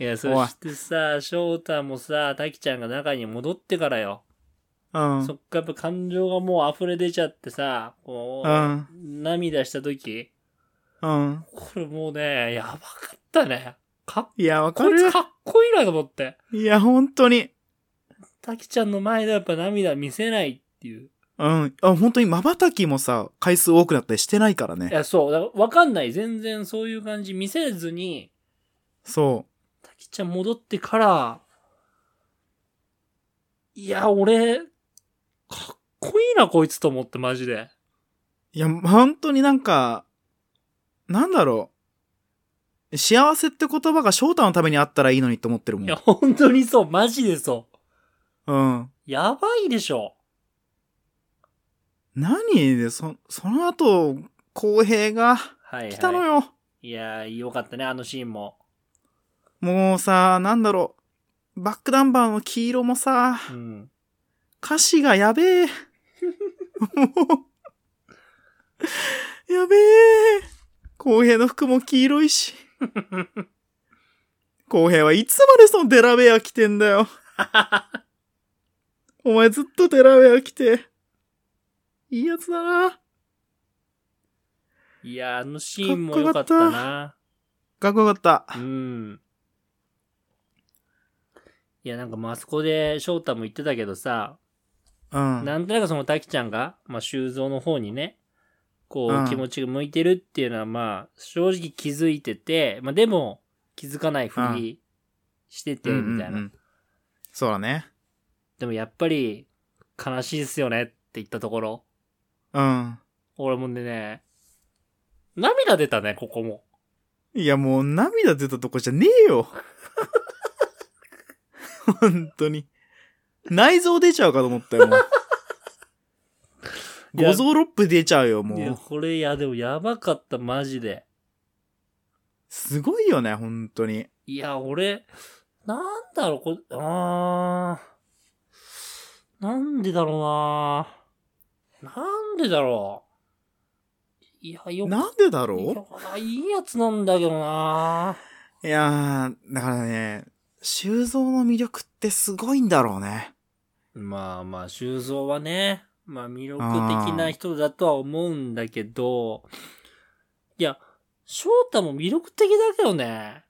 Speaker 1: いや、そ
Speaker 2: おい
Speaker 1: してさ、翔太もさ、タキちゃんが中に戻ってからよ。
Speaker 2: うん
Speaker 1: そ。っかやっぱ感情がもう溢れ出ちゃってさ、こう、
Speaker 2: うん
Speaker 1: 涙した時、
Speaker 2: うん。
Speaker 1: これもうね、やばかったね。かっ、
Speaker 2: いや、わか
Speaker 1: こい
Speaker 2: る
Speaker 1: つ。かっこいいなと思って。
Speaker 2: いや、本当に。
Speaker 1: たきちゃんの前でやっぱ涙見せないっていう。
Speaker 2: うん。あ、本当に瞬きもさ、回数多くなったりしてないから
Speaker 1: い
Speaker 2: ね。
Speaker 1: や、そう、だからわかんない。全然そういう感じ見せずに、
Speaker 2: そ
Speaker 1: たきちゃん戻ってから、いや、俺、かっこいいな、こいつと思って、マジで。
Speaker 2: う。いや、本当になんか、なんだろう。幸せって言葉が翔太のためにあったらいいのにって思ってるも
Speaker 1: い
Speaker 2: ん。
Speaker 1: や、本当にそう、マジでそう。
Speaker 2: うん。
Speaker 1: やばいでしょ。
Speaker 2: 何で、そ、その後、公平が
Speaker 1: はい、はい。
Speaker 2: 来たのよ。
Speaker 1: いやー、よかったね、あのシーンも。
Speaker 2: もうさ、なんだろう。バックナンバーの黄色もさ、
Speaker 1: うん。
Speaker 2: 歌詞がやべえ。 もう、やべえ。公平の服も黄色いし。公平はいつまでそのデラウェア着てんだよ。お前ずっとデラウェア着て。いいやつだな。
Speaker 1: いやー、あのシーンもよかったな。
Speaker 2: かっこよかった。
Speaker 1: うん。いや、なんか、まああそこで翔太も言ってたけどさ、
Speaker 2: うん。
Speaker 1: なんとなくその滝ちゃんが、まあ、修造の方にね、こ
Speaker 2: うん
Speaker 1: う、気持ちが向いてるっていうのは、まあ、正直気づいてて、まあ、でも、気づかないふりしてて、
Speaker 2: うんうんうん
Speaker 1: みたいな。
Speaker 2: そうだね。
Speaker 1: でも、やっぱり、悲しいっすよねって言ったところ、
Speaker 2: うん。
Speaker 1: 俺もね、涙出たね、ここも。
Speaker 2: いやもう涙出たとこじゃねえよ。 本当に。内臓出ちゃうかと思ったよ、もう。
Speaker 1: いや
Speaker 2: 五臓六腑出ちゃうよ、
Speaker 1: いや、
Speaker 2: もう。
Speaker 1: これ、いや、でもやばかった、マジで。
Speaker 2: すごいよね、本当に。
Speaker 1: いや、俺、なんだろう、これ、あー。なんでだろうななんでだろう。いや、よく、
Speaker 2: なんでだ
Speaker 1: い
Speaker 2: ろ
Speaker 1: やいいやつなんだけどな
Speaker 2: ういやー、だからね、修造の魅力ってすごいんだろうね。
Speaker 1: まあまあ、修造はね、まあ魅力的な人だとは思うんだけど、いや、翔太も魅力的だけどね。
Speaker 2: だか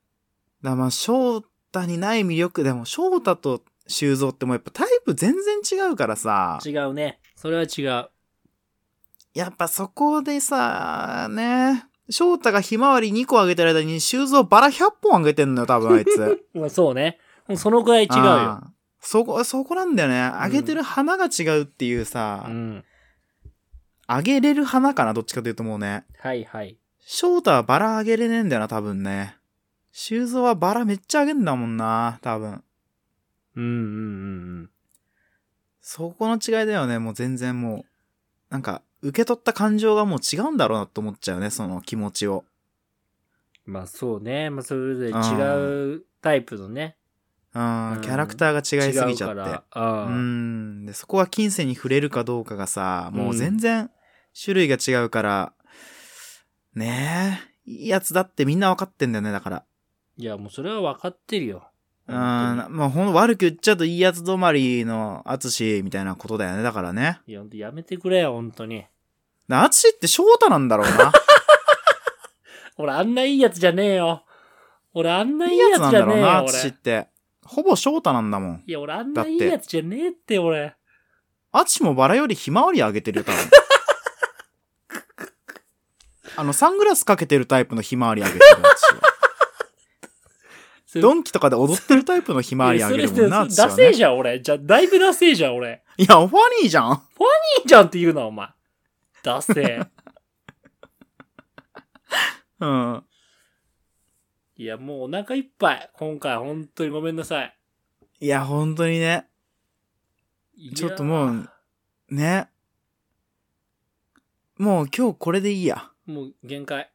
Speaker 2: らまあ、翔太にない魅力、でも翔太と修造ってもうやっぱタイプ全然違うからさ、
Speaker 1: 違うね。それは違う。
Speaker 2: やっぱそこでさ、ね、翔太がひまわり2個あげてる間に修造バラ100本あげてんのよ、多分あ いつ。
Speaker 1: まあそうね。そのくらい違うよ。
Speaker 2: あー。そこ、そこなんだよね。あげてる花が違うっていうさ
Speaker 1: う、ん。
Speaker 2: あ、げれる花かな、どっちかというともうね。
Speaker 1: はいはい。
Speaker 2: 翔太はバラあげれねえんだよな、多分ね。修造はバラめっちゃあげんだもんな、多分。
Speaker 1: うんうん
Speaker 2: そこの違いだよね、もう全然もう。なんか、受け取った感情がもう違うんだろうなと思っちゃうね、その気持ちを。
Speaker 1: うん。まあそうね。まあそれぞれ違うタイプのね。
Speaker 2: う
Speaker 1: うん
Speaker 2: ん、キャラクターが違いすぎちゃ
Speaker 1: 違う
Speaker 2: って
Speaker 1: か。ら。う
Speaker 2: う
Speaker 1: ん。
Speaker 2: ん。で、そこは金銭に触れるかどうかがさ、もう全然種類が違うから、ねえ、いいやつだってみんな分かってんだよね、だから。
Speaker 1: いや、もうそれは分かってるよ。
Speaker 2: うん、まあほん悪く言っちゃうといいやつ止まりの淳みたいなことだよね、だからね。
Speaker 1: いや、ほんとやめてくれよ、本当に。
Speaker 2: だ淳って翔太なんだろう な。
Speaker 1: 俺あんないいやつじゃねえよ。俺あんない
Speaker 2: い
Speaker 1: い
Speaker 2: い
Speaker 1: や
Speaker 2: や
Speaker 1: つ
Speaker 2: つなん
Speaker 1: じゃ
Speaker 2: だ
Speaker 1: ね
Speaker 2: ろ
Speaker 1: え
Speaker 2: う
Speaker 1: よ
Speaker 2: な、、
Speaker 1: 俺
Speaker 2: 淳っ。て。ほぼ翔太なんだもん。
Speaker 1: いや、俺あんないいやつじゃねえって、俺。
Speaker 2: 淳もバラよりひまわりあげてるよ、多分。 あの、サングラスかけてるタイプのひまわりあげてるよ、淳は。
Speaker 1: それ
Speaker 2: ドンキとかで踊ってるタイプのひまわりあげるもん
Speaker 1: いや
Speaker 2: な、
Speaker 1: それ
Speaker 2: っ
Speaker 1: そ
Speaker 2: つ
Speaker 1: れ
Speaker 2: っ
Speaker 1: ダセ
Speaker 2: ては
Speaker 1: え
Speaker 2: ね。
Speaker 1: じゃん、俺。じゃ、だいぶダセえじゃん、俺。
Speaker 2: いや、ファニーじゃん。
Speaker 1: いいじゃんって言うな、お前。ダセえ。
Speaker 2: うん。
Speaker 1: いや、もうお腹いっぱい。今回、本当にごめんなさい。
Speaker 2: いや、本当にね、
Speaker 1: いや
Speaker 2: ちょっともう。ね。もう今日これでいいや。
Speaker 1: もう限界。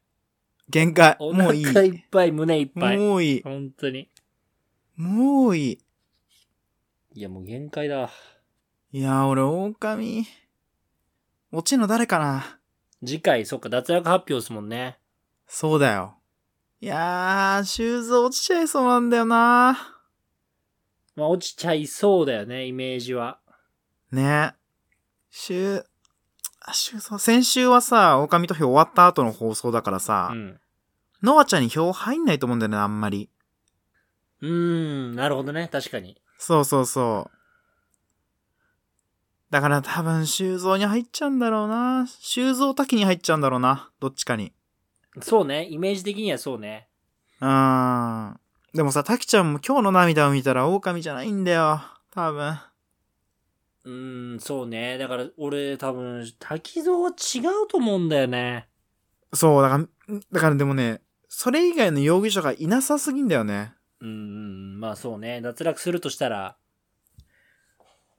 Speaker 2: 限界。
Speaker 1: お
Speaker 2: も
Speaker 1: 腹
Speaker 2: ういい。
Speaker 1: いっぱい、胸いっぱい。
Speaker 2: もういい。
Speaker 1: 本当に。
Speaker 2: もういい。
Speaker 1: いや、もう限界だ。
Speaker 2: いや、俺、狼。落ちの誰かな
Speaker 1: 次回、そっか、脱落発表ですもんね。
Speaker 2: そうだよ。いやー、修造落ちちゃいそうなんだよな
Speaker 1: まあ、落ちちゃいそうだよね、イメージは。
Speaker 2: ね。修、あ修造、先週はさ、狼と票終わった後の放送だからさ
Speaker 1: う、ん。
Speaker 2: ノアちゃんに票入んないと思うんだよね、あんまり。
Speaker 1: うーん、なるほどね、確かに。
Speaker 2: そうそうそう。だから多分修造に入っちゃうんだろうな修造滝に入っちゃうんだろうな。どっちかに。
Speaker 1: そうね、イメージ的にはそうね。
Speaker 2: うーん。でもさ、滝ちゃんも今日の涙を見たら狼じゃないんだよ。多分。
Speaker 1: うーん、そうね。だから、俺、多分、滝蔵は違うと思うんだよね。
Speaker 2: そう、だから、だからでもね、それ以外の容疑者がいなさすぎんだよね。
Speaker 1: うーん、まあそうね。脱落するとしたら、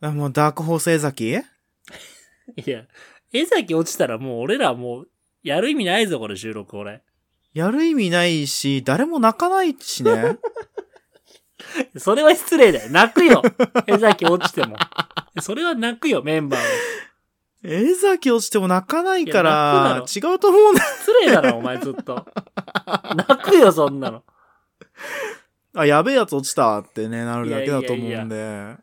Speaker 2: あもうダークホース江崎
Speaker 1: いや、江崎落ちたらもう俺らもう、やる意味ないぞ、これ収録、俺。
Speaker 2: やる意味ないし、誰も泣かない しね。
Speaker 1: それは失礼だよ。泣くよ江崎落ちても。それは泣くよ、メンバーも。
Speaker 2: 江崎落ちても泣かないか
Speaker 1: いや
Speaker 2: ら、
Speaker 1: 泣
Speaker 2: 違うと思うんだよ。
Speaker 1: 失礼だろ、お前ずっと。泣くよ、そんなの。
Speaker 2: あ、やべえやつ落ちたってね、なるだけだと思
Speaker 1: いや
Speaker 2: うん
Speaker 1: い
Speaker 2: で。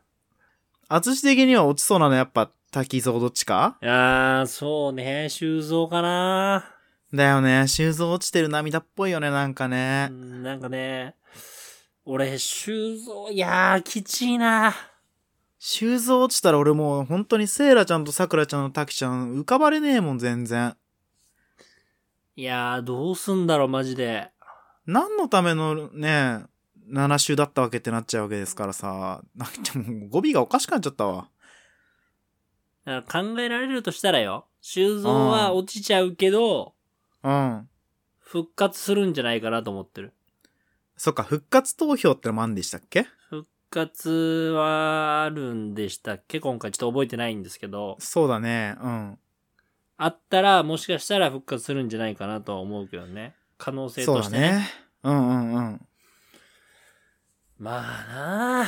Speaker 2: 淳的には落ちそうなのやっぱ滝蔵どっちか
Speaker 1: あー、そうね、修造かな。
Speaker 2: だよね。修造落ちてる涙っぽいよね、なんかね
Speaker 1: う。んなんかね、俺、修造、いやー、きちいな。
Speaker 2: 修造落ちたら俺もう本当にセイラちゃんとさくらちゃんの滝ちゃん浮かばれねえもん、全然。
Speaker 1: いやー、どうすんだろう、マジで。
Speaker 2: 何のためのね、7週だったわけってなっちゃうわけですからさ、なんかもう語尾がおかしくなっちゃったわ。
Speaker 1: だから考えられるとしたらよ、修造は落ちちゃうけど、
Speaker 2: うん。
Speaker 1: 復活するんじゃないかなと思ってる。
Speaker 2: そっか、復活投票ってのもあんでしたっけ
Speaker 1: 復活はあるんでしたっけ今回ちょっと覚えてないんですけど、
Speaker 2: そうだね、うん。
Speaker 1: あったらもしかしたら復活するんじゃないかなとは思うけどね。可能性
Speaker 2: そう
Speaker 1: と
Speaker 2: だ
Speaker 1: してね。
Speaker 2: ね。うんうんうん。
Speaker 1: まあなあ。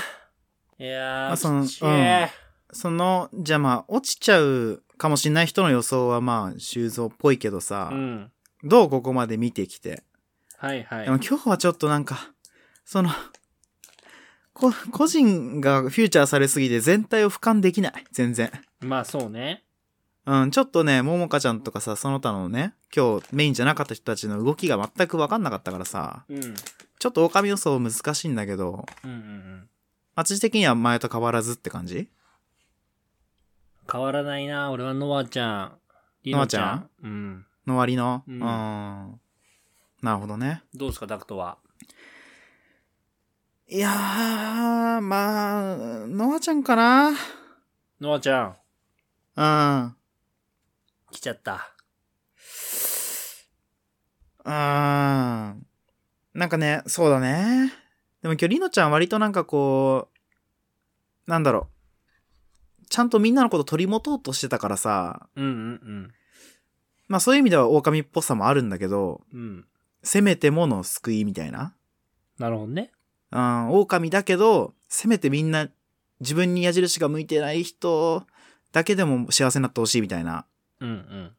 Speaker 1: いや
Speaker 2: まあそ
Speaker 1: ー、
Speaker 2: の
Speaker 1: きちい。
Speaker 2: うんその、じゃあまあ、落ちちゃうかもしんない人の予想はまあ、修造っぽいけどさ、
Speaker 1: うん。
Speaker 2: どうここまで見てきて。
Speaker 1: はいはい
Speaker 2: でも。今日はちょっとなんか、その、 こ個人がフューチャーされすぎて全体を俯瞰できない。全然。
Speaker 1: まあそうね。
Speaker 2: うん、ちょっとね、ももかちゃんとかさ、その他のね、今日メインじゃなかった人たちの動きが全くわかんなかったからさ、
Speaker 1: うん。うん
Speaker 2: ちょっと狼予想難しいんだけど、
Speaker 1: うんうん。
Speaker 2: 私的には前と変わらずって感じ
Speaker 1: 変わらないな。俺はノアちゃん。リ
Speaker 2: ノ
Speaker 1: ノ
Speaker 2: ア
Speaker 1: ち
Speaker 2: ち
Speaker 1: ゃ
Speaker 2: ゃ
Speaker 1: ん
Speaker 2: ん
Speaker 1: うん。
Speaker 2: の割の。
Speaker 1: う
Speaker 2: うんん。なるほどね。
Speaker 1: どうですか、ダクトは。
Speaker 2: いやー、まあ、ノアちゃんかな
Speaker 1: ノアちゃん、
Speaker 2: うん。
Speaker 1: 来ちゃった。
Speaker 2: うん。なんかね、そうだね。でも今日りのちゃん割となんかこう、なんだろう。ちゃんとみんなのこと取り持とうとしてたからさ、
Speaker 1: うんうん
Speaker 2: まあそういう意味では狼っぽさもあるんだけど、
Speaker 1: うん。うん。
Speaker 2: せめてもの救いみたいな。
Speaker 1: なるほどね。
Speaker 2: うん、狼だけど、せめてみんな自分に矢印が向いてない人だけでも幸せになってほしいみたいな、
Speaker 1: うんうん。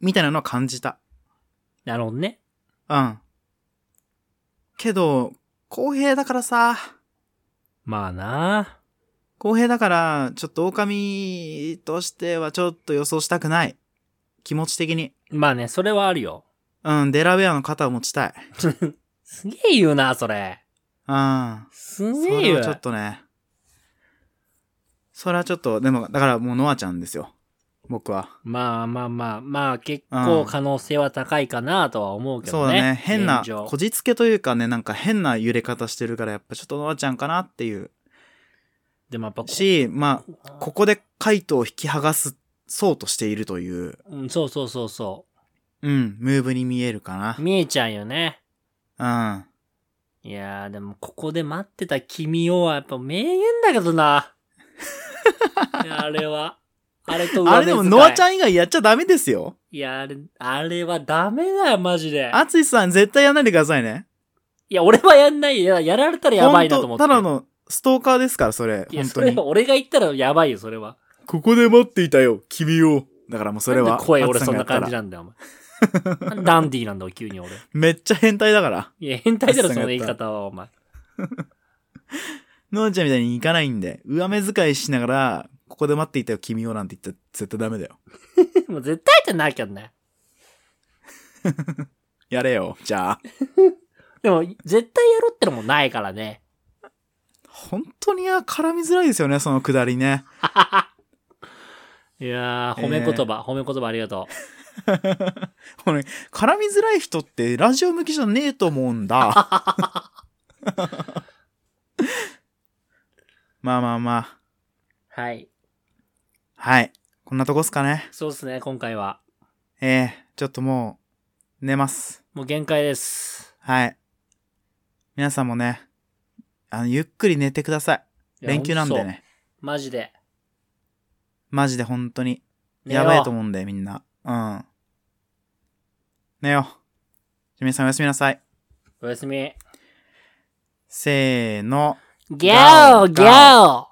Speaker 2: みたいなのは感じた。
Speaker 1: なるほどね。
Speaker 2: うん。けど、公平だからさ、
Speaker 1: まあな。
Speaker 2: 公平だから、ちょっと狼としてはちょっと予想したくない。気持ち的に。
Speaker 1: まあね、それはあるよ。
Speaker 2: うん、デラウェアの肩を持ちたい。
Speaker 1: すげえ言うな、それ。
Speaker 2: うん。
Speaker 1: す
Speaker 2: そ
Speaker 1: げえ
Speaker 2: れ
Speaker 1: 言
Speaker 2: は
Speaker 1: う。
Speaker 2: ちょっとね。それはちょっと、でも、だからもうノアちゃんですよ。僕は。
Speaker 1: まあまあまあ、まあ結構可能性は高いかなとは思うけ
Speaker 2: そ
Speaker 1: ど
Speaker 2: う
Speaker 1: ね。
Speaker 2: だね。変な
Speaker 1: 現、状
Speaker 2: こじつけというかね、なんか変な揺れ方してるから、やっぱちょっとノアちゃんかなっていう。
Speaker 1: でもやっぱこ
Speaker 2: し、まあ、ここでカイトを引き剥がす、そうとしているという、
Speaker 1: うん、そうそうそうそ
Speaker 2: うん、ムーブに見えるか
Speaker 1: う。見えちゃうよね。
Speaker 2: な。うん。
Speaker 1: いやー、でもここで待ってた君をはやっぱ名言だけど な。いやあれは。あれと上目遣い
Speaker 2: あれでも、ノアちゃ
Speaker 1: ん。
Speaker 2: ん以外やっちゃダメですよ。
Speaker 1: いや、あれ、あれはダメだよ、マジで。
Speaker 2: アツシさん絶対やんないでくださいね。
Speaker 1: いや、俺はやんないよ。やられたらやばいなと思って。
Speaker 2: ほんとただのストーカーですから、それ。
Speaker 1: いや、
Speaker 2: 本
Speaker 1: そ
Speaker 2: 当
Speaker 1: れ
Speaker 2: に
Speaker 1: は。俺が言ったらやばいよ、それは。
Speaker 2: ここで待っていたよ、君を。だからもうそれ
Speaker 1: なん
Speaker 2: は。
Speaker 1: で声
Speaker 2: アツ
Speaker 1: 俺
Speaker 2: シさ
Speaker 1: そんな
Speaker 2: がやったら
Speaker 1: 感じなんだよ、お 前。ダンディーなんだよ、急に俺。
Speaker 2: めっちゃ変態だから。
Speaker 1: いや、変態だろ、
Speaker 2: アッサンが
Speaker 1: その言い
Speaker 2: やった
Speaker 1: 方は、お前。
Speaker 2: ノアちゃんみたいに行かないんで、上目遣いしながら、ここで待っていたよ、君をなんて言ったら絶対ダメだよ。
Speaker 1: もう絶対じゃなきゃね。
Speaker 2: やれよ、じゃあ。
Speaker 1: でも、絶対やろってのもないからね。
Speaker 2: 本当にあ絡みづらいですよね、そのくだりね。
Speaker 1: いやー、褒め言葉、褒め言葉ありがとう。
Speaker 2: これ、絡みづらい人ってラジオ向きじゃねえと思うんだ。 まあまあまあ。
Speaker 1: はい。
Speaker 2: はい。こんなとこっすかね。
Speaker 1: そうですね、今回は。
Speaker 2: ええちょっともう、寝ます。
Speaker 1: もう限界です。
Speaker 2: はい。皆さんもね、あの、ゆっくり寝てください。
Speaker 1: いや
Speaker 2: 連休なんで。
Speaker 1: ほと
Speaker 2: ね。
Speaker 1: そうマジで。
Speaker 2: マジで本当に。
Speaker 1: 寝よ
Speaker 2: や
Speaker 1: う
Speaker 2: ばいと思うんだよ、みんな。うん。寝よう。じゃあ皆さんおやすみなさい。
Speaker 1: おやすみ。
Speaker 2: せーの。
Speaker 1: ギャオギャオ